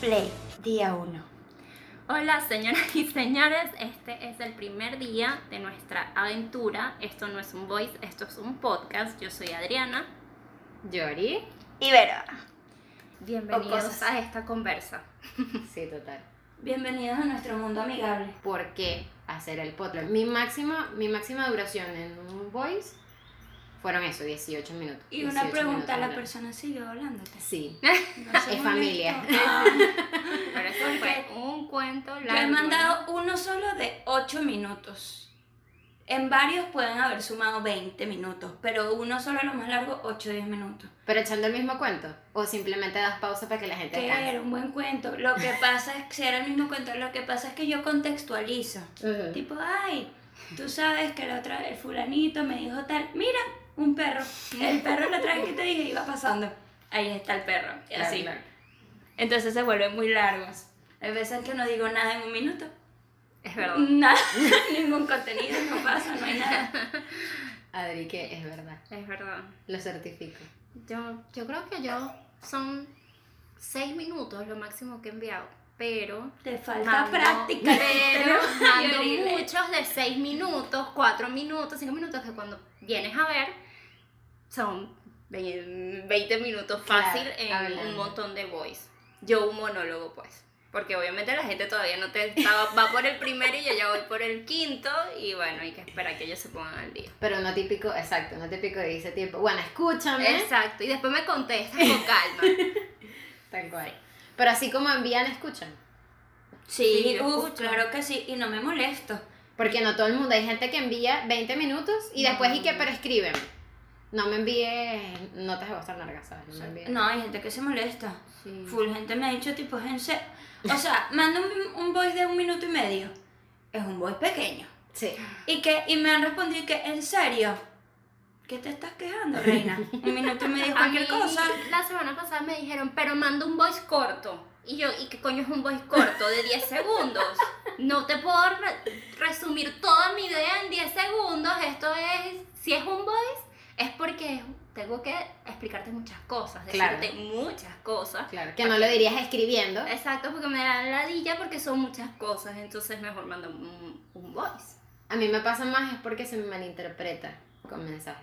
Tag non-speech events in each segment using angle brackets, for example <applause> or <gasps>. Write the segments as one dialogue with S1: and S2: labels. S1: Play, día 1.
S2: Hola señoras y señores, este es el primer día de nuestra aventura. Esto no es un voice, esto es un podcast. Yo soy Adriana.
S3: Yori.
S1: Ibero.
S2: Bienvenidos
S1: cosas.
S2: a esta conversa.
S3: Sí, total.
S4: Bienvenidos a nuestro mundo amigable.
S3: ¿Por qué hacer el podcast? Mi máxima, mi máxima duración en un voice fueron eso, 18 minutos.
S4: Y una
S3: 18
S4: pregunta,
S3: minutos
S4: ¿la
S3: hablando.
S4: persona siguió hablándote?
S3: Sí.
S4: No se
S3: Es familia. <laughs>
S4: molestó. Ah,
S2: Pero eso
S4: <laughs>
S2: fue un cuento largo.
S4: Yo he mandado uno solo de 8 minutos. En varios pueden haber sumado 20 minutos, pero uno solo lo más largo, 8 o 10 minutos.
S3: Pero echando el mismo cuento. O simplemente das pausa para que la gente
S4: Que
S3: alcance.
S4: era un buen cuento.
S3: <laughs>
S4: Lo que pasa es que si era el mismo cuento, lo que pasa es que yo contextualizo.
S3: Ujú.
S4: Tipo, ay, tú sabes que la otra, el fulanito me dijo tal, mira, un perro. El perro la otra vez que te dije iba pasando. Ahí está el perro. Y
S3: Claro,
S4: así.
S3: claro.
S4: Entonces se vuelven muy largos. Hay veces que no digo nada en un minuto.
S2: Es verdad.
S4: Nada, <laughs> ningún contenido, no pasa, no hay nada.
S3: Adri, que es verdad.
S2: Es verdad.
S3: Lo certifico.
S2: Yo, yo creo que yo son seis minutos lo máximo que he enviado. Pero
S4: Te falta
S2: mando-
S4: práctica.
S2: Pero mando
S4: Yori, le-
S2: muchos de 6 minutos, 4 minutos, 5 minutos que cuando vienes a ver son ve- 20 minutos
S3: Claro,
S2: fácil en un
S3: hablando.
S2: montón de voice. Yo un monólogo pues. Porque obviamente la gente todavía no te estaba, va por el primero y yo ya voy por el quinto y bueno, hay que esperar que ellos se pongan al día.
S3: Pero no típico, exacto, no típico dice tiempo. Bueno, escúchame.
S2: Exacto, y después me contestas con calma.
S3: Tal cual. Pero así como envían, escuchan.
S2: Sí,
S4: Sí,
S2: yo
S4: uf,
S2: escucho.
S4: claro que sí, y no me molesto.
S3: Porque no todo el mundo, hay gente que envía 20 minutos y después y que, pero escríbeme. No me envíes notas de voz tan largas, ¿sabes? No me envíes.
S4: No, hay gente que se molesta.
S3: Sí.
S4: Full gente me ha dicho, tipo, gente. O sea, manda un, un voice de un minuto y medio. Es un voice pequeño.
S3: Sí.
S4: Y, que, y me han respondido que, ¿en serio? ¿Qué te estás quejando, reina? Un minuto y medio
S2: A mí,
S4: cualquier cosa.
S2: La semana pasada me dijeron, pero manda un voice corto. Y yo, ¿y qué coño es un voice corto? De 10 segundos. No te puedo re- resumir toda mi idea en 10 segundos. Esto es, si es un voice, es porque tengo que explicarte muchas cosas,
S3: Claro.
S2: decirte muchas cosas.
S3: Claro, que no lo dirías escribiendo.
S2: Exacto, porque me da ladilla porque son muchas cosas. Entonces mejor mando un, un voice.
S3: A mí me pasa más es porque se me malinterpreta con mensaje.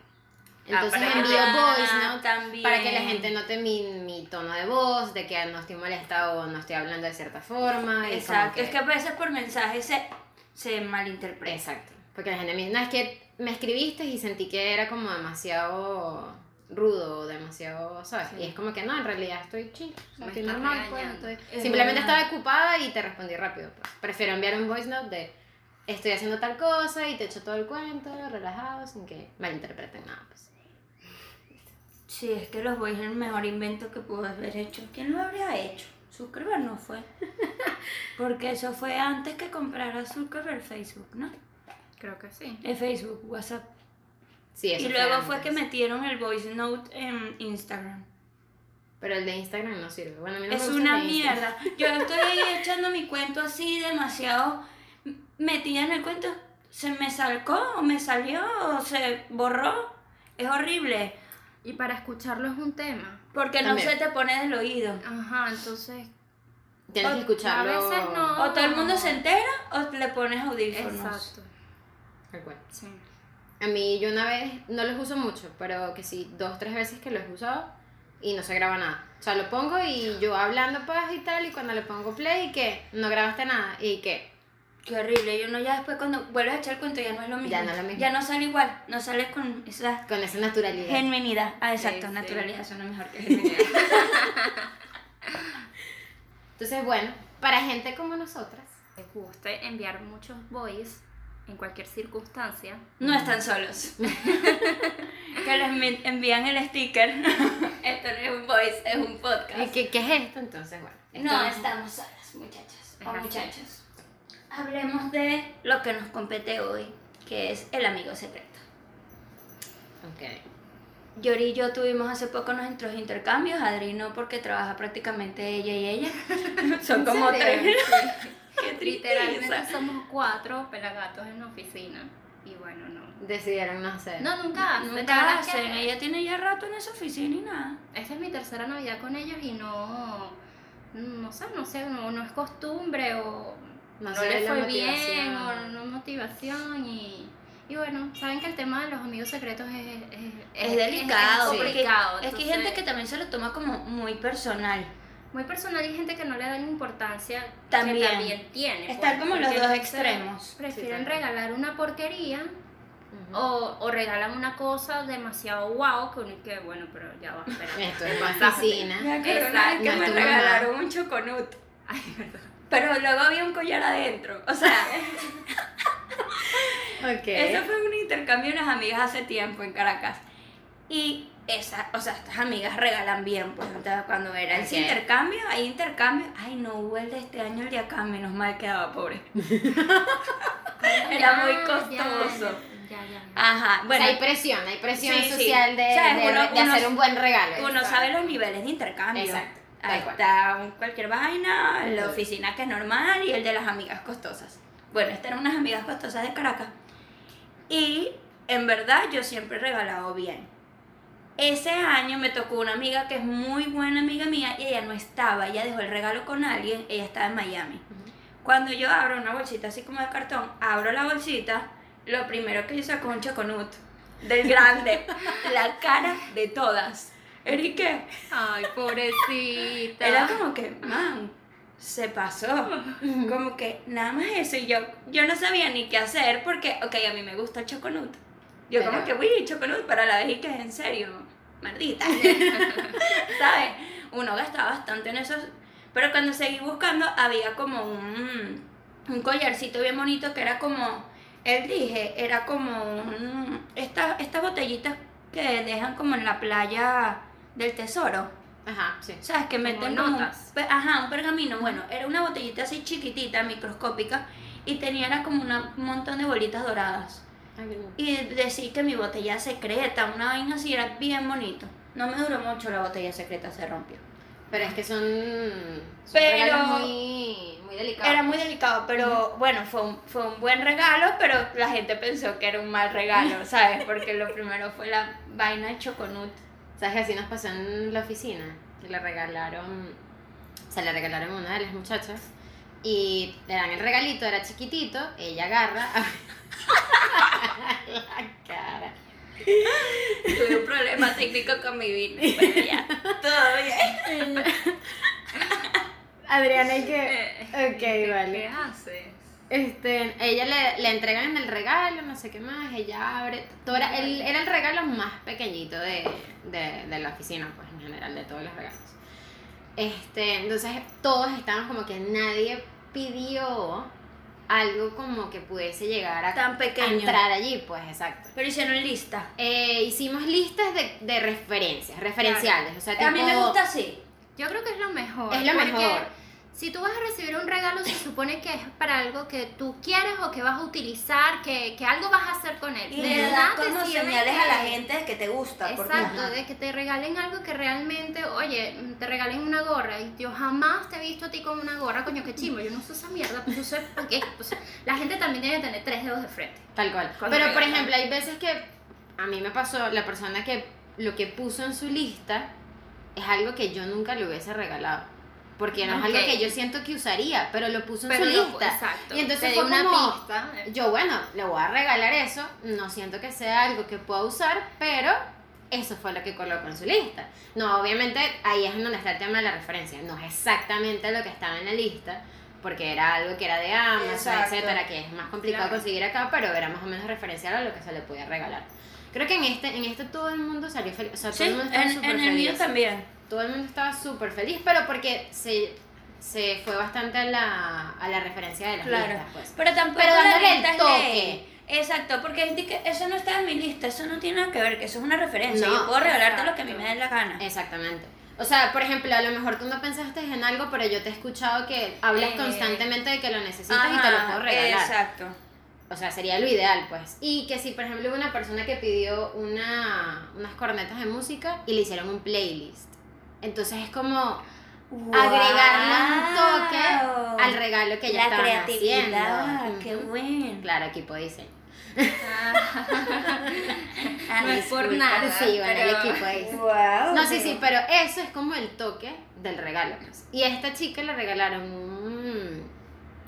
S3: Entonces
S2: para-
S3: envío
S4: Ah,
S3: voice note
S4: también.
S3: para que la gente note mi, mi tono de voz, de que no estoy molesta o no estoy hablando de cierta forma. y como
S4: Exacto. Es que a veces por mensaje se, se malinterpreta.
S3: Exacto. Porque la gente me dice, no, es que me escribiste y sentí que era como demasiado rudo, demasiado, ¿sabes? Y es como que no, en realidad estoy chill,
S2: Me
S3: estoy
S2: está
S3: normal, pues,
S2: regañando.
S3: estoy-
S4: Es
S3: Simplemente
S4: verdad.
S3: estaba ocupada y te respondí rápido, pues. Prefiero enviar un voice note de, estoy haciendo tal cosa y te echo todo el cuento, relajado, sin que malinterpreten nada, pues.
S4: Sí, es que los voice es el mejor invento que pudo haber hecho. ¿Quién lo habría hecho? Zuckerberg no
S3: <laughs>
S4: fue. Porque eso fue antes que comprara Zuckerberg Facebook, ¿no?
S2: Creo que sí.
S4: El Facebook, WhatsApp.
S3: Sí, eso
S4: Y luego fue
S3: antes.
S4: que metieron el voice note en Instagram.
S3: Pero el de Instagram no sirve. Bueno, a mí no me
S4: Es
S3: gusta el
S4: una
S3: de Instagram. <laughs>
S4: mierda. Yo estoy ahí echando mi cuento así, demasiado metida en el cuento. Se me salcó, o me salió, o se borró. Es horrible.
S2: Y para escucharlo es un tema.
S4: Porque
S3: También.
S4: no se te pone del oído.
S2: Ajá, entonces
S3: Tienes que
S4: A
S3: escucharlo.
S2: veces no.
S4: O todo el mundo se entera o le pones audífonos.
S2: Exacto.
S3: Tal cual.
S2: Sí.
S3: A mí yo una vez, no los uso mucho, pero que sí, dos, tres veces que los he usado y no se graba nada. O sea, lo pongo y yo hablando paz y tal, y cuando le pongo play y que no grabaste nada y que
S4: Qué horrible. Y uno ya después cuando vuelves a echar el cuento ya no es lo mismo.
S3: Ya no es lo mismo.
S4: Ya no sale igual. No sale con esa
S3: con esa naturalidad.
S4: genuinidad. Ah,
S2: Sí,
S4: exacto.
S2: sí.
S4: Naturalidad suena mejor que genuinidad.
S3: Entonces, bueno, para gente como nosotras,
S2: les guste enviar muchos voice en cualquier circunstancia.
S4: No están solos. que les men- envían el sticker. Esto no es un voice, es un
S3: eh,
S4: podcast.
S3: ¿qué, qué es esto? Entonces, bueno.
S4: No
S3: esto-
S4: estamos solos, muchachas
S2: Es
S4: o
S2: así.
S4: muchachos. Hablemos de lo que nos compete hoy, que es el amigo secreto.
S3: Ok.
S4: Yori y yo tuvimos hace poco nuestros intercambios, Adri no porque trabaja prácticamente ella y ella. <laughs> Son como
S3: ¿En
S4: tres.
S3: serio?
S4: <laughs> Qué
S2: Literalmente somos cuatro pelagatos en la oficina. Y bueno, no.
S3: Decidieron no hacer.
S2: No, nunca. hace, la
S4: Nunca
S2: verdad es que
S4: hacen, ella tiene ya rato en esa oficina y nada.
S2: Esta es mi tercera Navidad con ellos y no. no sé, no sé, no, no es costumbre o
S3: No
S2: no,
S3: se ve
S2: le
S3: la
S2: fue bien
S3: motivación.
S2: o no motivación y, y bueno, saben que el tema de los amigos secretos es, es,
S4: Es delicado,
S2: es
S4: porque
S2: complicado,
S4: Es que hay gente que
S2: entonces,
S4: también se lo toma como muy personal.
S2: muy personal y gente que no le da la importancia que
S4: También.
S2: también tiene.
S4: Están
S2: pues,
S4: como los
S2: porque
S4: dos
S2: entonces
S4: extremos.
S2: Prefieren
S3: Sí, claro.
S2: regalar una porquería
S3: Ujú.
S2: o, o regalan una cosa demasiado guau que uno y que bueno, pero ya va,
S4: <laughs>
S2: espera.
S3: Esto es más oficina.
S4: Ya que una vez
S2: Exacto,
S4: que
S3: no
S4: me
S3: es tu mamá.
S4: regalaron un choconut. Pero luego había un collar adentro. O sea, <laughs>
S3: Ok.
S4: eso fue un intercambio de unas amigas hace tiempo en Caracas. Y esa, o sea, estas amigas regalan bien, pues entonces cuando era ese
S3: Ok.
S4: intercambio, hay intercambio. Ay, no hubo el de este año el de acá, menos mal quedaba
S3: <laughs>
S4: pobre. <laughs> era muy
S2: Ah, ya,
S4: costoso.
S2: Ya, ya, ya.
S4: Ajá,
S3: O sea,
S4: bueno,
S3: hay presión, hay presión
S4: Sí, sí.
S3: social de,
S4: ¿Sabes?
S3: de-
S4: Uno-
S3: de
S4: uno-
S3: hacer un buen regalo.
S4: uno sabe los niveles de intercambio.
S3: Exacto, tal
S4: Ahí
S3: cual.
S4: está un- cualquier vaina, la
S3: Ujú.
S4: oficina que es normal y el de las amigas costosas. Bueno, estas eran unas amigas costosas de Caracas. Y en verdad yo siempre he regalado bien. Ese año me tocó una amiga que es muy buena amiga mía y ella no estaba, ella dejó el regalo con alguien, ella estaba en Miami.
S3: Ujú.
S4: Cuando yo abro una bolsita así como de cartón, abro la bolsita, lo primero que yo saco es un choconut del grande, la cara de todas. Erique,
S2: Ay, pobrecita.
S4: era como que, man, se pasó. Como que nada más eso. Y yo, yo no sabía ni qué hacer porque, ok, a mí me gusta el choconut. Yo como
S3: Pero-
S4: que, uy, choconut, para la vez y que es en serio, maldita. <laughs> ¿Sabes? Uno gasta bastante en esos. Pero cuando seguí buscando, había como un, un collarcito bien bonito que era como, él dije, era como un- esta- estas botellitas que dejan como en la playa del tesoro.
S3: Ajá, sí.
S4: ¿Sabes? Que
S2: Como
S4: meten como un
S2: notas.
S4: pe- ajá, un pergamino. Bueno, era una botellita así chiquitita, microscópica, y tenía era como una- un montón de bolitas doradas. Y decir que mi botella secreta, una vaina así, era bien bonito. No me duró mucho la botella secreta, se rompió.
S3: Pero es que son, son
S4: Pero-
S3: regalos muy, muy delicados.
S4: Era muy delicado, pero bueno, fue un, fue un buen regalo, pero la gente pensó que era un mal <laughs> regalo, ¿sabes? Porque lo primero fue la vaina de choconut.
S3: ¿Sabes que así nos pasó en la oficina? Que le regalaron, se le regalaron a una de las muchachas y le dan el regalito, era chiquitito, ella agarra <laughs> la cara.
S4: Tuve un problema técnico con mi vino, pero <laughs> ya, todo bien.
S3: Adriana, hay
S2: Eh,
S3: que... Ok,
S2: ¿Qué
S3: vale.
S2: haces?
S3: Este, ella le, le entregan el regalo, no sé qué más, ella abre. todo era, el, era el regalo más pequeñito de, de, de la oficina, pues en general, de todos los regalos. Este, entonces todos estábamos como que nadie pidió algo como que pudiese llegar a,
S4: Tan
S3: a
S4: pequeño.
S3: entrar allí, pues exacto.
S4: Pero hicieron lista.
S3: Eh, hicimos listas de, de referencias, referenciales. O sea,
S4: A mí me
S3: tipo-
S4: gusta así.
S2: Yo creo que es lo mejor.
S3: Es lo
S2: porque
S3: mejor.
S2: Si tú vas a recibir un regalo, se supone que es para algo que tú quieres o que vas a utilizar, que, que algo vas a hacer con él.
S4: Y
S2: De
S4: le
S2: verdad
S4: das
S2: te
S4: como
S2: sirve
S4: señales a
S2: que-
S4: la gente de que te gusta. porque-
S2: Exacto,
S4: Ajá.
S2: de que te regalen algo que realmente, oye, mm, te regalen una gorra y yo jamás te he visto a ti con una gorra, coño, qué chimbo, yo no uso esa mierda, pues yo sé por qué. <laughs> pues, la gente también tiene que tener tres dedos de frente.
S3: Tal cual.
S4: Con
S3: Pero, por
S4: regalo.
S3: ejemplo, hay veces que a mí me pasó, la persona que lo que puso en su lista es algo que yo nunca le hubiese regalado. Porque no es
S2: Ok.
S3: algo que yo siento que usaría, pero lo puso en
S2: Pero
S3: su
S2: lo-
S3: lista.
S2: exacto,
S3: Y entonces
S2: te
S3: fue
S2: di una
S3: como,
S2: pista. eh,
S3: yo, bueno, le voy a regalar eso, no siento que sea algo que pueda usar, pero eso fue lo que colocó en su lista. No, obviamente ahí es en donde está el tema de la referencia, no es exactamente lo que estaba en la lista, porque era algo que era de Amazon,
S4: Exacto.
S3: etcétera, que es más complicado
S2: Claro.
S3: conseguir acá, pero era más o menos referencial a lo que se le podía regalar. Creo que en este, en este todo el mundo salió feliz, o sea,
S4: Sí,
S3: todo el mundo estaba
S4: en,
S3: súper
S4: en el mío
S3: feliz.
S4: también.
S3: Todo el mundo estaba súper feliz, pero porque se, se fue bastante a la, a la referencia de las
S4: Claro.
S3: listas, pues.
S4: Pero tampoco
S3: Pero
S4: la
S3: dándole el
S4: lista es
S3: toque.
S4: ley. Exacto, porque es de que eso no está en mi lista, eso no tiene nada que ver, que eso es una referencia.
S3: No,
S4: yo puedo regalarte
S2: exacto.
S4: lo que a mí me dé la gana.
S3: Exactamente. O sea, por ejemplo, a lo mejor tú no pensaste en algo, pero yo te he escuchado que hablas
S2: Eh,
S3: constantemente de que lo necesitas y te lo
S4: Ajá,
S3: puedo regalar.
S4: Exacto.
S3: O sea, sería lo ideal, pues. Y que si, por ejemplo, hubo una persona que pidió una, unas cornetas de música y le hicieron un playlist. Entonces es como, agregarle un
S4: Guau.
S3: toque al regalo que ya
S4: La
S3: estaban
S4: creatividad,
S3: haciendo.
S4: qué
S3: Ujú.
S4: bueno.
S3: Claro, equipo dicen.
S4: Ah,
S2: no es por
S4: disculpa.
S2: nada.
S3: sí, bueno, el
S2: pero-
S3: equipo dice.
S4: Guau,
S3: No, sí, sí,
S4: pero-
S3: pero eso es como el toque del regalo. pues. Y a esta chica le regalaron un-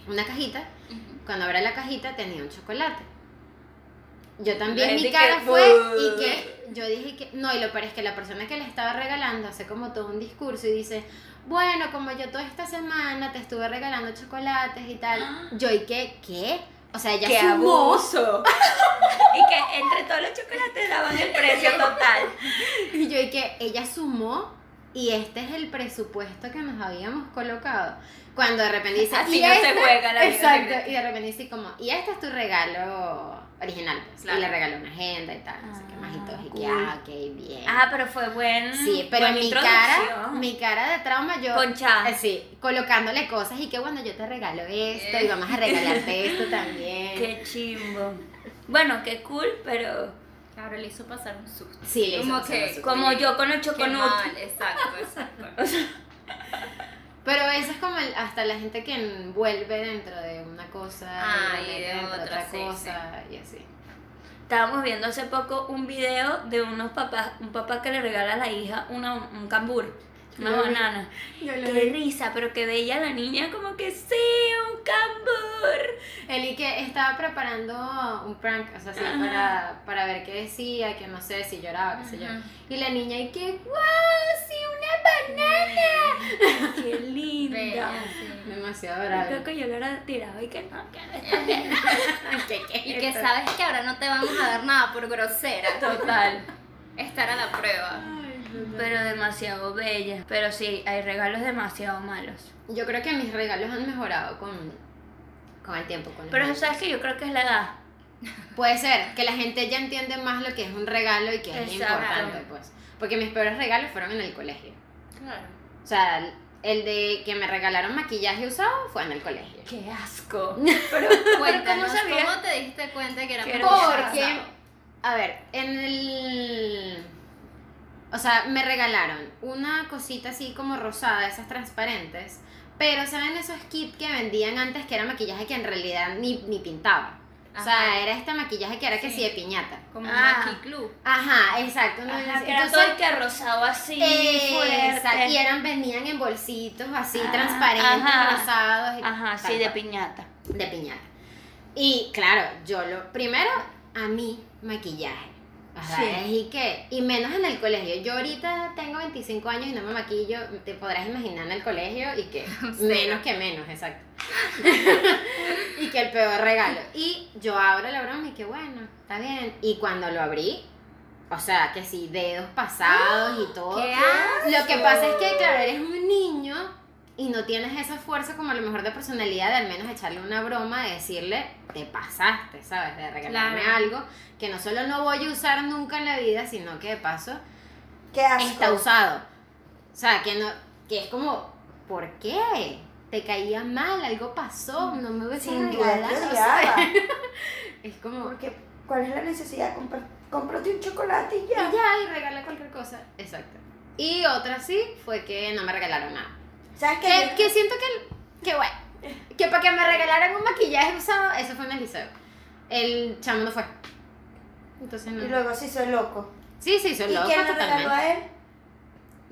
S3: una cajita.
S2: Ujú.
S3: Cuando abre la cajita tenía un chocolate. Yo también, mi
S4: Gente
S3: cara
S4: que,
S3: fue
S4: "Buh".
S3: y que yo dije que, no, y lo peor es que la persona que le estaba regalando hace como todo un discurso y dice, bueno, como yo toda esta semana te estuve regalando chocolates y tal,
S4: <gasps>
S3: yo y que, ¿qué? O sea, ella
S4: ¡Qué
S3: sumó,
S4: abuso! <laughs> y que entre todos los chocolates daban el precio total.
S3: Y yo, y que ella sumó y este es el presupuesto que nos habíamos colocado. Cuando de repente dice,
S4: Así
S3: "Y
S4: no se
S3: este-"
S4: juega la vida
S3: Exacto,
S4: secreta.
S3: y de repente dice como, y este es tu regalo original. pues".
S2: Claro.
S3: Y le regaló una agenda y tal, no sé qué más y todo. Y que,
S4: Ah,
S3: ah, ok, bien.
S4: Ah, pero fue buen.
S3: sí, pero
S4: buena
S3: mi cara,
S4: introducción.
S3: mi cara de trauma, yo...
S4: Concha.
S3: eh, Sí, colocándole cosas y que bueno, yo te regalo esto y vamos a regalarte esto también.
S4: <laughs> Qué chimbo. Bueno, qué cool, pero
S2: Claro, le hizo pasar un susto.
S3: Sí, le hizo
S2: Como
S3: pasar
S2: que-
S3: un susto.
S4: como yo con el
S2: Qué
S4: choconut.
S2: mal, <laughs> exacto, exacto.
S3: Pero eso es como el- hasta la gente que en- vuelve dentro de una cosa,
S2: Ah,
S3: la
S2: y
S3: mete
S2: de
S3: dentro de
S2: otra,
S3: otra
S2: sí,
S3: cosa y así.
S4: Estábamos viendo hace poco un video de unos papás, un papá que le regala a la hija una, un cambur, una
S3: Lo vi.
S4: banana. Qué risa, pero que veía a la niña como que sí, un
S3: <laughs>
S4: cambur.
S3: Él y que estaba preparando un prank, o sea, sí, para, para ver qué decía, que no sé, si lloraba, qué sé yo.
S2: Ajá.
S3: Y la niña y que, wow, sí, una banana.
S4: Qué linda.
S2: Bella, sí.
S3: Demasiado
S4: Yo
S3: bravo. <laughs>
S4: creo que yo lo hubiera tirado y que no, que no está bien.
S2: <laughs> Y que sabes que ahora no te vamos a dar nada por grosera.
S4: Total.
S2: Estar a la prueba.
S4: Pero demasiado bella. Pero sí, hay regalos demasiado malos.
S3: Yo creo que mis regalos han mejorado con, con el tiempo. Con los
S4: Pero
S3: años.
S4: sabes que yo creo que es la edad.
S3: Puede ser que la gente ya entiende más lo que es un regalo y que es
S4: Exacto.
S3: importante, pues. Porque mis peores regalos fueron en el colegio.
S2: Claro.
S3: O sea, el de que me regalaron maquillaje usado fue en el colegio.
S4: ¡Qué <laughs> asco!
S2: Cuéntanos, ¿cómo,
S4: ¿cómo sabías?
S2: te diste cuenta que era
S4: Que era
S3: Porque, a ver, en el... O sea, me regalaron una cosita así como rosada, esas transparentes. Pero, ¿saben esos kits que vendían antes que era maquillaje que en realidad ni, ni pintaba? O
S2: Ajá.
S3: sea, era este maquillaje que era que
S2: Sí.
S3: sí de piñata.
S2: Como
S4: Ah.
S2: un Maki Club.
S3: Ajá, exacto. no,
S4: Ajá,
S3: no,
S4: que era
S3: entonces-
S4: todo el carrozado así, fuerte.
S3: Exacto, Eh, Y eran, venían en bolsitos así
S4: Ah,
S3: transparentes,
S4: ajá.
S3: rosados. y
S4: Ajá,
S3: tal
S4: sí, de
S3: cual,
S4: piñata.
S3: de piñata. Y claro, yo lo. Primero, a mí, maquillaje. O sea,
S4: Sí.
S3: es y qué. Y menos en el colegio. Yo ahorita tengo 25 años y no me maquillo. Te podrás imaginar en el colegio y que. menos que menos, exacto. <laughs> y que el peor regalo. Y yo abro la broma y que bueno, está bien. Y cuando lo abrí, o sea, que sí, dedos pasados y todo.
S2: ¿Qué
S3: Lo que pasa es que, claro, eres un niño y no tienes esa fuerza como a lo mejor de personalidad de al menos echarle una broma, de decirle, te pasaste, ¿sabes? De regalarme
S2: Claro.
S3: algo que no solo no voy a usar nunca en la vida, sino que de paso
S1: Qué
S3: está usado. O sea, que no que es como, ¿por qué? Te caía mal, algo pasó, no me hubiese
S1: Sin duda
S3: regalado.
S1: te
S3: o sea,
S1: odiaba.
S3: es como,
S1: Porque, ¿cuál es la necesidad? Compra- Cómprate un chocolate y
S3: y
S1: ya.
S3: ya, y regala cualquier cosa. Exacto. Y otra sí fue que no me regalaron nada.
S1: ¿Sabes qué?
S3: que, que siento que, que bueno, que para que me regalaran un maquillaje usado, eso fue en el liceo. El chamo no fue. Entonces
S1: Y
S3: no.
S1: luego se hizo loco.
S3: Sí, sí,
S1: ¿Y
S3: soy loco
S1: quién le regaló
S3: totalmente.
S1: a él?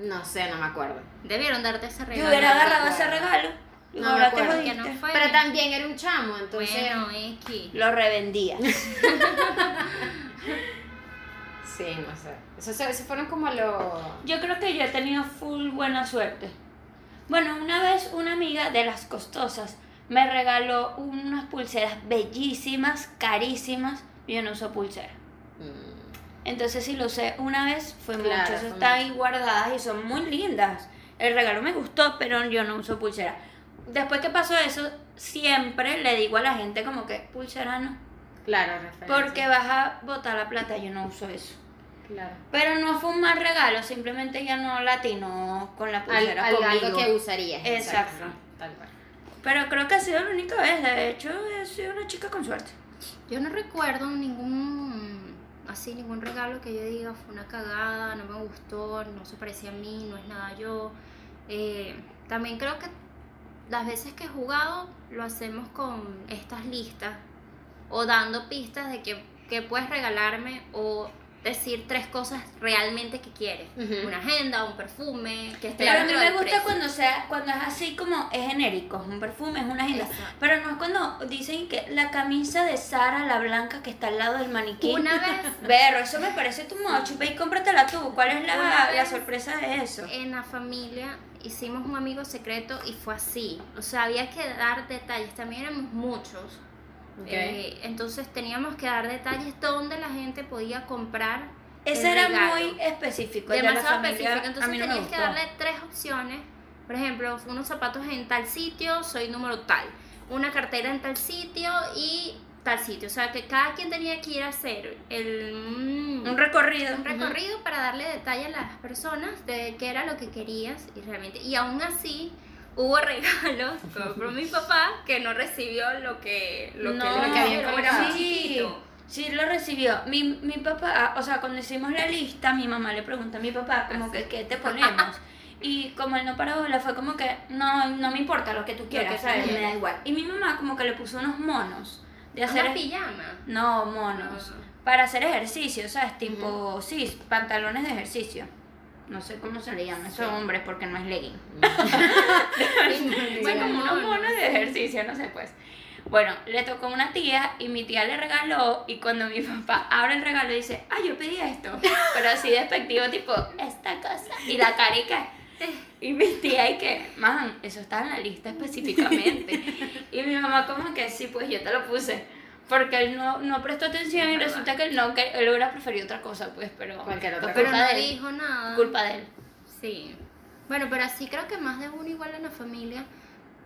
S3: No sé, no me acuerdo.
S2: Debieron darte ese regalo.
S4: Yo hubiera agarrado
S2: Maki
S4: ese
S2: Club.
S4: regalo. Y
S3: No me
S4: ahora te
S3: acuerdo
S4: jodiste.
S2: Que no fue.
S3: Pero también era un chamo, entonces.
S2: Bueno, X.
S4: Lo <laughs> revendía.
S3: Sí, no sé. Esos, esos fueron como los.
S4: Yo creo que yo he tenido full buena suerte. Bueno, una vez una amiga de las costosas me regaló unas pulseras bellísimas, carísimas. y Yo no uso pulsera.
S3: mm,
S4: Entonces, si lo usé una vez, fue
S3: Claro,
S4: mucho.
S3: fue
S4: Eso está ahí guardadas y son muy lindas. El regalo me gustó, pero yo no uso pulsera. Después que pasó eso, siempre le digo a la gente como que pulsera no.
S3: Claro, referencia.
S4: Porque vas a botar la plata, yo no uso eso.
S3: Claro.
S4: Pero no fue un mal regalo, simplemente ya no latino con la
S3: Al-
S4: pulsera.
S3: al- algo
S4: conmigo.
S3: que usarías.
S4: Exacto.
S3: exactamente, Tal cual.
S4: Pero creo que ha sido la única vez. De hecho, he sido una chica con suerte.
S2: Yo no recuerdo ningún así ningún regalo que yo diga fue una cagada, no me gustó, no se parecía a mí, no es nada yo. Eh, también creo que las veces que he jugado lo hacemos con estas listas o dando pistas de que, que puedes regalarme o decir tres cosas realmente que quieres.
S3: Ujú.
S2: Una agenda, un perfume, que esté
S4: Pero a mí
S2: dentro
S4: me
S2: del
S4: gusta
S2: precio.
S4: cuando sea, cuando es así como es genérico, es un perfume, es una agenda.
S2: Exacto.
S4: Pero no es cuando dicen que la camisa de Sara, la blanca que está al lado del maniquí.
S2: Una vez
S4: Berro, eso me parece tu mocho, ve y cómpratela tú. ¿Cuál es
S2: Una
S4: la,
S2: vez-
S4: la sorpresa de eso?
S2: En la familia hicimos un amigo secreto y fue así. O sea, había que dar detalles. También éramos muchos.
S3: Ok.
S2: <laughs>
S3: <laughs>
S2: Eh, entonces teníamos que dar detalles donde la gente podía comprar. el
S4: Ese era
S2: regalo.
S4: muy específico. el de la
S2: demasiado
S4: familia,
S2: específico.
S4: a
S2: Entonces
S4: mí no me
S2: tenías que
S4: gustó.
S2: darle tres opciones. Por ejemplo, unos zapatos en tal sitio, soy número tal. Una cartera en tal sitio y tal sitio. O sea, que cada quien tenía que ir a hacer el... mm,
S4: un recorrido.
S2: un recorrido para darle detalle a las personas de qué era lo que querías y realmente y aún así hubo <laughs> regalos por mi papá que no recibió lo que lo
S4: No,
S2: que,
S3: lo
S2: le
S3: que había
S2: dieron,
S3: comprado.
S2: era muy
S4: Sí.
S2: chiquito.
S4: Sí, lo recibió. Mi, mi papá, ah, o sea, cuando hicimos la lista, mi mamá le preguntó a mi papá, como que, ¿qué te ponemos? Y como él no paró, la fue como que, no, no me importa lo que tú quieras,
S2: que tú
S4: ¿sabes? Me da
S2: quieras.
S4: igual. Y mi mamá como que le puso unos monos de hacer...
S2: una pijama
S4: No, monos. Para hacer ejercicio, ¿sabes? Tipo, sí, pantalones de ejercicio. No sé cómo se le llama eso a hombres porque no es legging.
S2: Sí,
S4: Bueno, como
S2: no,
S4: unos
S2: no.
S4: monos de ejercicio, no sé pues. Bueno, le tocó una tía y mi tía le regaló y cuando mi papá abre el regalo dice, ah, yo pedí esto. Pero así despectivo, tipo, esta cosa. Y la carica. Y mi tía y que, man, eso está en la lista específicamente. Y mi mamá como que, sí, pues yo te lo puse. Porque él no, no prestó atención y resulta que él no, que él hubiera preferido otra cosa, pues, pero...
S3: Cualquier otra
S2: pero
S4: pero culpa
S2: no
S4: de él.
S2: dijo nada
S4: Culpa de él.
S2: sí bueno pero así creo que más de uno igual en la familia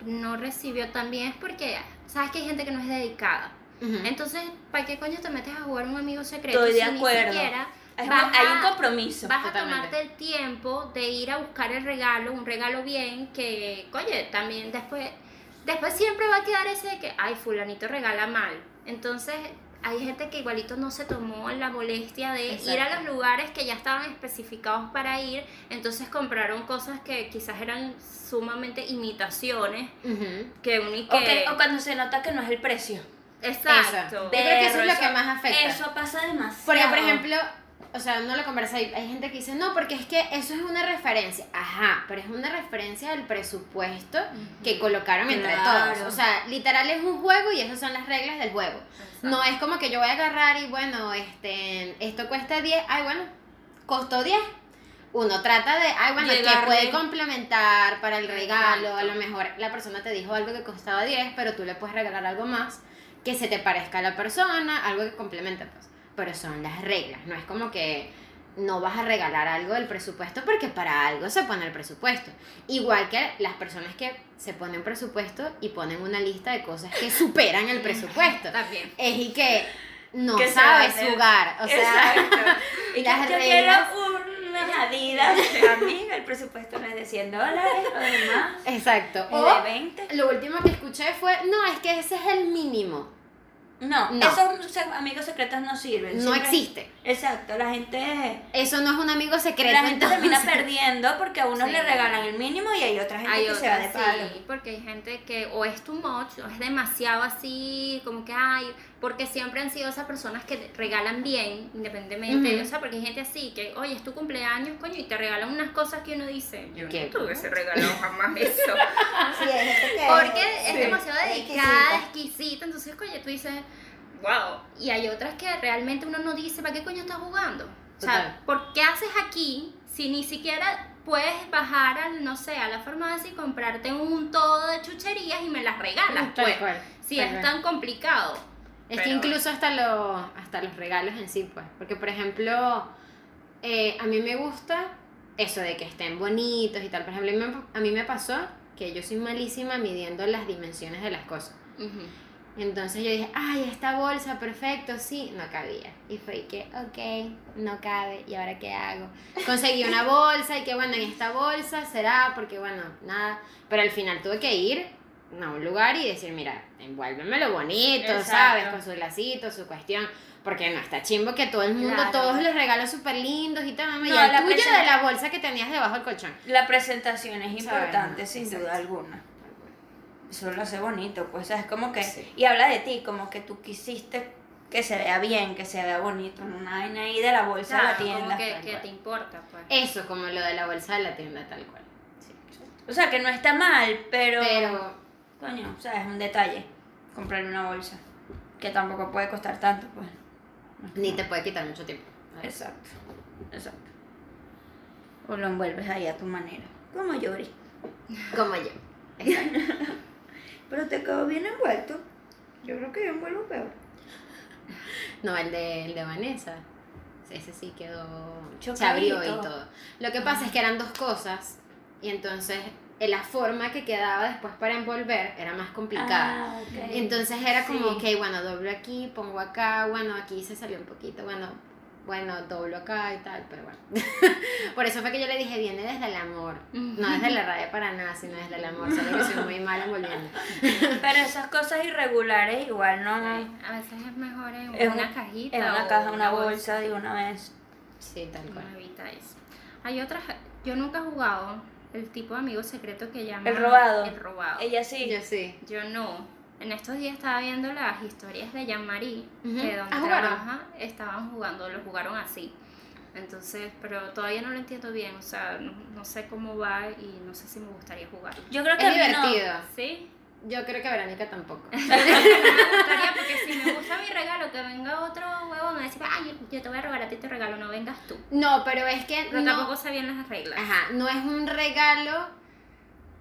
S2: no recibió también es porque sabes que hay gente que no es dedicada
S3: Ujú.
S2: Entonces, ¿para qué coño te metes a jugar un amigo secreto
S4: Estoy de
S2: si
S4: acuerdo.
S2: ni siquiera
S4: Es
S2: vas
S4: más, hay un
S2: a-
S4: compromiso.
S2: vas
S3: totalmente.
S2: a tomarte el tiempo de ir a buscar el regalo, un regalo bien que, oye, también después después siempre va a quedar ese de que, ay, fulanito regala mal. Entonces, hay gente que igualito no se tomó la molestia de ir a
S3: Exacto.
S2: los lugares que ya estaban especificados para ir, entonces compraron cosas que quizás eran sumamente imitaciones,
S3: Ujú.
S2: que uno y
S4: O, que-
S2: que...
S4: o cuando se nota que no es el precio.
S2: Exacto.
S3: Yo creo que eso es lo que más afecta.
S4: Eso pasa demasiado.
S3: Porque, por ejemplo, o sea, no lo conversa ahí. Hay gente que dice, no, porque es que eso es una referencia. Ajá, pero es una referencia al presupuesto que colocaron entre
S4: Claro.
S3: todos. O sea, literal es un juego y esas son las reglas del juego. No es como que yo voy a agarrar y bueno, este, esto cuesta 10. Ay, bueno, costó 10. Uno trata de, ay, bueno, que
S4: Llegarle.
S3: puede complementar para el regalo. A lo
S2: Exacto.
S3: mejor la persona te dijo algo que costaba 10, pero tú le puedes regalar algo más que se te parezca a la persona, algo que complemente, pues. Pero son las reglas, no es como que no vas a regalar algo del presupuesto porque para algo se pone el presupuesto. Igual que las personas que se ponen presupuesto y ponen una lista de cosas que superan el presupuesto.
S2: También.
S3: Es y que no
S4: Que se
S3: sabes
S4: vale.
S3: jugar, o sea, <laughs>
S4: y
S3: las
S4: yo
S3: reglas-
S4: quiero unas adidas. Amiga, el presupuesto no es de 100 dólares, lo demás
S3: exacto.
S4: es de
S3: O
S4: 20.
S3: lo último que escuché fue, no, es que ese es el mínimo,
S4: No,
S3: No.
S4: esos se- amigos secretos no sirven.
S3: no
S4: siempre-
S3: existe.
S4: Exacto, la gente,
S3: Eso no es un amigo secreto.
S4: la gente termina <laughs>
S3: entonces.
S4: perdiendo porque a unos
S2: Sí.
S4: le regalan el mínimo y hay otra gente
S2: Hay
S4: que
S2: otras,
S4: se va de palo.
S2: sí, porque hay gente que o es too much, o es demasiado así, como que hay, porque siempre han sido esas personas que regalan bien, independientemente,
S3: Ujú.
S2: o sea, porque hay gente así que, oye, es tu cumpleaños, coño, y te regalan unas cosas que uno dice, yo
S3: ¿Qué?
S2: no tuve ese regalo jamás eso,
S1: Sí, hay gente que
S2: <laughs> porque es
S1: sí,
S2: demasiado dedicada,
S1: exquisita.
S2: exquisita, entonces, coño, tú dices, wow, y hay otras que realmente uno no dice, ¿para qué coño estás jugando? O sea,
S3: Total.
S2: ¿por qué haces aquí si ni siquiera puedes bajar al, no sé, a la farmacia y comprarte un todo de chucherías y me las regalas?
S3: Tal
S2: Pues,
S3: cual,
S2: si
S3: tal
S2: es
S3: cual.
S2: tan complicado.
S3: Es que
S2: Pero-
S3: incluso hasta, lo, hasta los regalos en sí, pues. Porque, por ejemplo, eh, a mí me gusta eso de que estén bonitos y tal. Por ejemplo, a mí me- a mí me pasó que yo soy malísima midiendo las dimensiones de las cosas. Entonces yo dije, ay, esta bolsa, perfecto, sí, no cabía. Y fue y que, ok, no cabe, ¿y ahora qué hago? Conseguí una bolsa y que, bueno, en esta bolsa será, porque, bueno, nada. Pero al final tuve que ir a un lugar y decir, mira, envuélvemelo bonito,
S4: Exacto.
S3: ¿sabes? Con su lacito, su cuestión. Porque no está chimbo que todo el mundo,
S4: Claro.
S3: todos los regalos súper lindos y tal, mamá,
S4: No,
S3: y el
S4: la
S3: tuyo
S4: persona-
S3: de la bolsa que tenías debajo del colchón.
S4: La presentación es importante,
S3: ¿Sabes?
S4: sin
S3: Exacto.
S4: duda alguna. Eso lo hace bonito, pues, es como que...
S3: Sí.
S4: Y habla de ti, como que tú quisiste que se vea bien, que se vea bonito, en una vaina ahí de la bolsa
S2: Claro,
S4: de la
S2: como
S4: tienda.
S2: que,
S3: tal
S2: que
S3: cual.
S2: te importa, pues.
S3: Eso, como lo de la bolsa de la tienda, tal cual.
S4: O sea, que no está mal, pero...
S3: Pero,
S4: Coño, o sea, es un detalle comprar una bolsa, que tampoco puede costar tanto, pues.
S3: ni te puede quitar mucho tiempo.
S4: Exacto, exacto. O lo envuelves ahí a tu manera, como llori.
S3: Como yo.
S4: Pero te quedó bien envuelto. Yo creo que yo envuelvo peor.
S3: No, el de, el de Vanessa. Ese sí quedó. Se
S4: Chocadito.
S3: abrió y todo. Lo que pasa es que eran dos cosas. Y entonces eh, la forma que quedaba después para envolver era más complicada.
S4: Ah, ok.
S3: Entonces era como,
S4: Sí.
S3: ok, bueno, doblo aquí, pongo acá, bueno, aquí se salió un poquito, bueno, bueno, doblo acá y tal, pero bueno. <laughs> Por eso fue que yo le dije, viene desde el amor. No desde la rabia para nada, sino desde el amor. Solo que soy
S4: <laughs>
S3: muy mala envolviendo.
S4: Pero esas cosas irregulares igual no.
S2: A veces es mejor en
S4: Es
S2: una
S4: un-
S2: cajita.
S4: En una
S2: o
S4: caja, una bolsa de una vez.
S3: Sí, tal
S2: No
S3: cual.
S2: evita eso. Hay otras. Yo nunca he jugado el tipo de amigo secreto que llaman.
S4: El robado.
S2: El robado.
S4: Ella sí.
S3: Yo sí.
S2: Yo no. En estos días estaba viendo las historias de Jean-Marie,
S3: Ujú.
S2: que donde
S3: Ah, ¿jugaron?
S2: trabaja estaban jugando, lo jugaron así. Entonces, pero todavía no lo entiendo bien, o sea, no, no sé cómo va y no sé si me gustaría jugar.
S4: Yo creo que
S3: Es
S4: a mí no.
S3: divertido.
S2: <laughs> ¿Sí?
S3: Yo creo que Verónica tampoco.
S2: Me gustaría porque si me gusta mi regalo, que venga otro huevo, me va a decir, ay, yo- yo te voy a regalar a ti tu regalo, no vengas tú.
S3: No, pero es que
S2: Pero
S3: no,
S2: tampoco sé bien las reglas.
S3: ajá, no es un regalo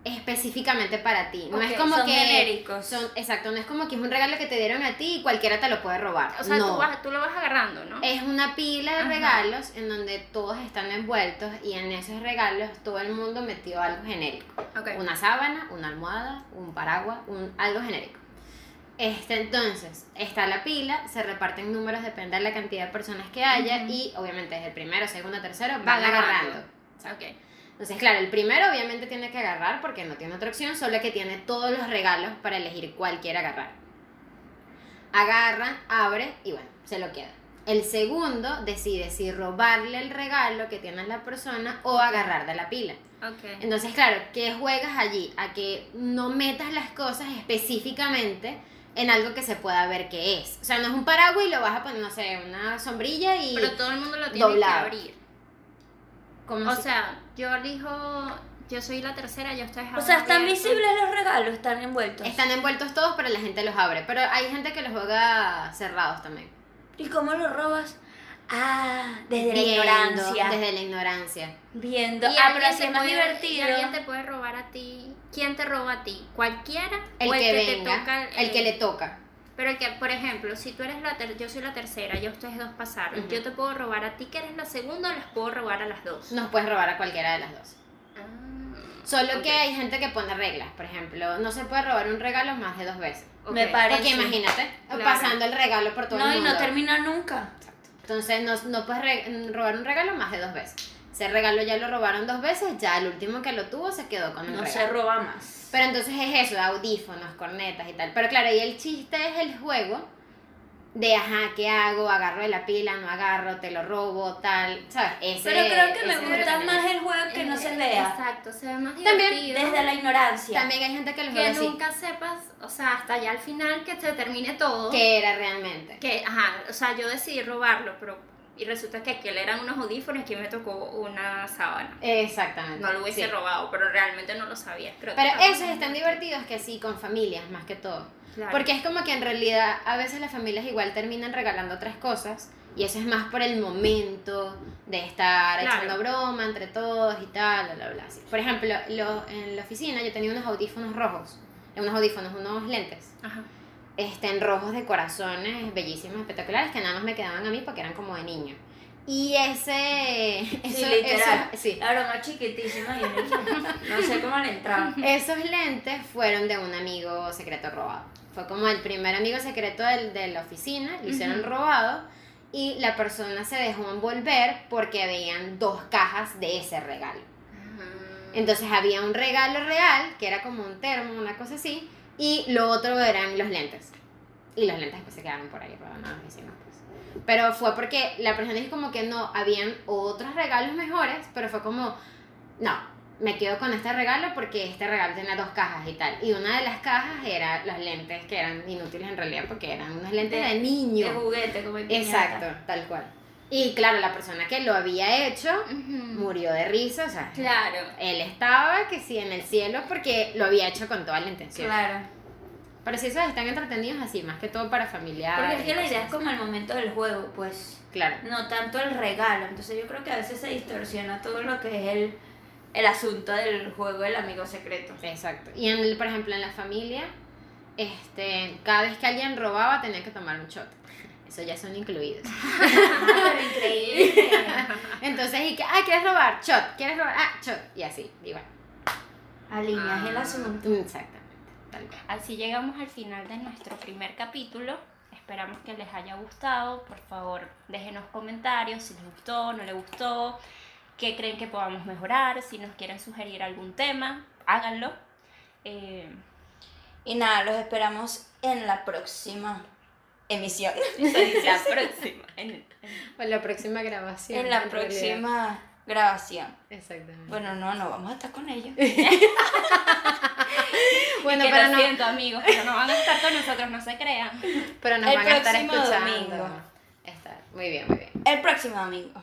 S3: específicamente para ti. No
S4: Ok,
S3: es como
S4: son
S3: que
S4: genéricos.
S3: son, exacto, no es como que es un regalo que te dieron a ti y cualquiera te lo puede robar.
S2: O sea,
S3: no. Eh,
S2: tú, vas- tú lo vas agarrando, ¿no?
S3: Es una pila de
S2: Ajá.
S3: regalos en donde todos están envueltos y en esos regalos todo el mundo metió algo genérico.
S2: Ok.
S3: Una sábana, una almohada, un paraguas, un, algo genérico. Este, entonces, está la pila, se reparten números, depende de la cantidad de personas que haya
S2: Ujú.
S3: y obviamente desde el primero, segundo, tercero van,
S2: Van agarrando.
S3: agarrando.
S2: Ok.
S3: Entonces, claro, el primero obviamente tiene que agarrar porque no tiene otra opción, solo que tiene todos los regalos para elegir cuál quiere agarrar. Agarra, abre y bueno, se lo queda. El segundo decide si robarle el regalo que tiene la persona o agarrar de la pila.
S2: Ok.
S3: Entonces, claro, ¿qué juegas allí? A que no metas las cosas específicamente en algo que se pueda ver que es. O sea, no es un paraguas y lo vas a poner, no sé, una sombrilla y...
S2: Pero todo el mundo lo tiene
S3: doblado.
S2: que abrir.
S3: ¿cómo
S2: O
S3: se-
S2: sea, yo elijo, yo soy la tercera, yo estoy
S4: O sea, están visibles los regalos, están envueltos.
S3: Están envueltos todos, pero la gente los abre. Pero hay gente que los juega cerrados también.
S4: ¿Y cómo los robas? Ah, desde la
S3: Viendo,
S4: ignorancia.
S3: Desde la ignorancia.
S4: Viendo. Ah, pero así es más divertido.
S2: alguien te puede robar a ti. ¿Quién te roba a ti? ¿Cualquiera?
S3: El,
S2: ¿O
S3: que,
S2: te
S3: venga,
S2: toca,
S3: el que
S2: eh,
S3: le toca.
S2: Pero el que, por ejemplo, si tú eres la ter- yo soy la tercera, ya ustedes dos pasaron.
S3: Ujú.
S2: Yo te puedo robar a ti que eres la segunda o las puedo robar a las dos.
S3: Nos puedes robar a cualquiera de las dos.
S2: Ah,
S3: Solo
S2: Ok.
S3: que hay gente que pone reglas. Por ejemplo, no se puede robar un regalo más de dos veces.
S2: ok.
S4: Me parece.
S3: Porque imagínate,
S2: Claro.
S3: pasando el regalo por todo
S4: No,
S3: el
S4: y
S3: mundo.
S4: no termina nunca.
S3: Entonces no, no puedes re- mm, robar un regalo más de dos veces. Ese regalo ya lo robaron dos veces, ya el último que lo tuvo se quedó con el
S4: No
S3: regalo.
S4: se roba más.
S3: Pero entonces es eso, audífonos, cornetas y tal. Pero claro, y el chiste es el juego de, ajá, ¿qué hago? ¿Agarro de la pila? ¿No agarro? ¿Te lo robo? Tal, ¿sabes? Ese-
S4: Pero creo que me
S3: ese
S4: gusta
S3: entretenimiento.
S4: más el juego que no se vea.
S2: Exacto, se ve más
S3: También
S2: divertido.
S4: Desde la ignorancia.
S3: También hay gente que lo
S2: que
S3: juega así,
S2: nunca sepas, o sea, hasta ya al final que se termine todo.
S3: que era realmente.
S2: Que, ajá, o sea, yo decidí robarlo, pero. Y resulta que aquel eran unos audífonos que me tocó una sábana.
S3: Exactamente.
S2: No lo hubiese
S3: sí.
S2: robado, pero realmente no lo sabía. Creo que
S3: Pero
S2: estaba
S3: esos
S2: muy
S3: están
S2: bien.
S3: divertidos que sí, con familias más que todo.
S2: Claro.
S3: Porque es como que en realidad a veces las familias igual terminan regalando otras cosas y eso es más por el momento de estar
S2: Claro.
S3: echando broma entre todos y tal, bla, bla, bla. así. Por ejemplo, lo- en la oficina yo tenía unos audífonos rojos, eh, unos audífonos, unos lentes,
S2: Ajá.
S3: este, en rojos de corazones bellísimos, espectaculares, que nada más me quedaban a mí porque eran como de niño. Y ese...
S4: Sí,
S3: eso-
S4: literal.
S3: eso- sí.
S4: La broma chiquitísima y no sé cómo le entraba.
S3: Esos lentes fueron de un amigo secreto robado. Fue como el primer amigo secreto del- de la oficina, lo hicieron
S2: Ujú.
S3: robado y la persona se dejó envolver porque veían dos cajas de ese regalo. Entonces había un regalo real, que era como un termo, una cosa así, y lo otro eran los lentes. Y los lentes pues se quedaron por ahí robados nada más hicimos, pues. Pero fue porque la persona dijo como que no, habían otros regalos mejores, pero fue como, no, me quedo con este regalo porque este regalo tenía dos cajas y tal. Y una de las cajas era los lentes que eran inútiles en realidad porque eran unos lentes de,
S4: De-
S3: niño.
S4: De juguete, como de
S3: Exacto,
S4: piñata.
S3: tal cual. Y claro, la persona que lo había hecho
S2: Ujú.
S3: murió de risa, o sea,
S2: Claro.
S3: él estaba que sí en el cielo porque lo había hecho con toda la intención.
S4: Claro.
S3: Pero si esos están entretenidos así, más que todo para familiares.
S4: Porque es que
S3: y
S4: la idea
S3: cosas
S4: es como el momento del juego, pues.
S3: así. Claro.
S4: No tanto el regalo. Entonces yo creo que a veces se distorsiona todo lo que es el, el asunto del juego del amigo secreto.
S3: Exacto. Y en el- por ejemplo, en la familia, este, cada vez que alguien robaba tenía que tomar un shot. Eso ya son
S4: <laughs>
S3: incluidos.
S4: Ah, pero increíble.
S3: Entonces, y que, ah, ¿quieres robar? Shot. ¿Quieres robar? Ah, shot. Y así, igual.
S4: <laughs> Alineas el
S2: Ah.
S4: asunto.
S3: Exactamente. Tal cual.
S2: Así llegamos al final de nuestro primer capítulo. Esperamos que les haya gustado. Por favor, déjenos comentarios si les gustó, no les gustó, qué creen que podamos mejorar, si nos quieren sugerir algún tema, háganlo. Eh,
S4: Y nada, los esperamos en la próxima emisión.
S2: la próxima. En- en-
S3: O la próxima grabación.
S4: en la
S3: en realidad.
S4: próxima grabación.
S3: Exactamente. Bueno,
S4: Bueno, no, no vamos a estar con
S3: <laughs>
S4: ellos. <laughs>
S2: que
S3: pero,
S2: lo
S3: no,
S2: siento, amigos, pero no van a estar con nosotros, no se crean.
S3: pero nos
S4: el
S3: van a estar
S4: próximo
S3: escuchando.
S4: domingo.
S3: Está, muy bien, muy bien.
S4: El próximo domingo.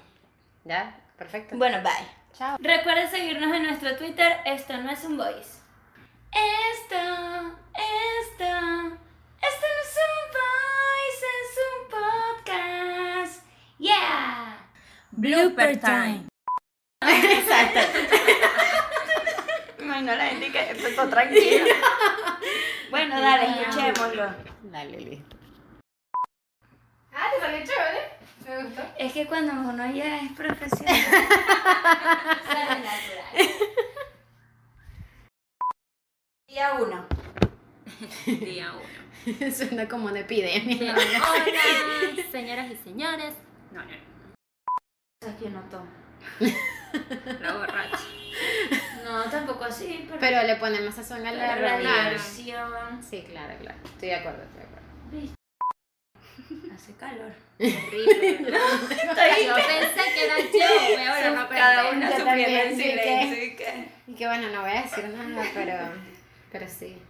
S3: ¿Ya? Perfecto.
S4: Bueno, bye.
S3: Chao.
S4: Recuerden seguirnos en nuestro Twitter, esto no es un voice. Esto, esto, esto no es un voice, es un podcast. Yeah.
S2: Blooper time.
S3: Exacto.
S4: Ay, no, la gente que empezó tranquila.
S1: <laughs>
S4: bueno, dale, escuchémoslo.
S3: Dale, listo. <laughs>
S4: Es que cuando uno ya es profesional. sale natural. Día uno.
S2: Día <laughs> uno.
S3: Suena como una epidemia.
S2: Hola, señoras y señores. No, no, no.
S4: Cosas que no tomo.
S2: La borracha.
S4: No, tampoco así, pero.
S3: Pero le ponemos sazón a la
S4: la
S3: reunión.
S4: relación.
S3: Sí, claro, claro. Estoy de acuerdo, estoy de acuerdo.
S4: Hace calor.
S2: Horrible. <laughs> Yo pensé que era yo, voy a
S4: Son
S2: no
S4: cada una
S3: Yo también,
S4: sufriendo en
S3: sí, que-
S4: silencio. y que-
S3: Y que bueno, no voy a decir nada, pero, pero sí.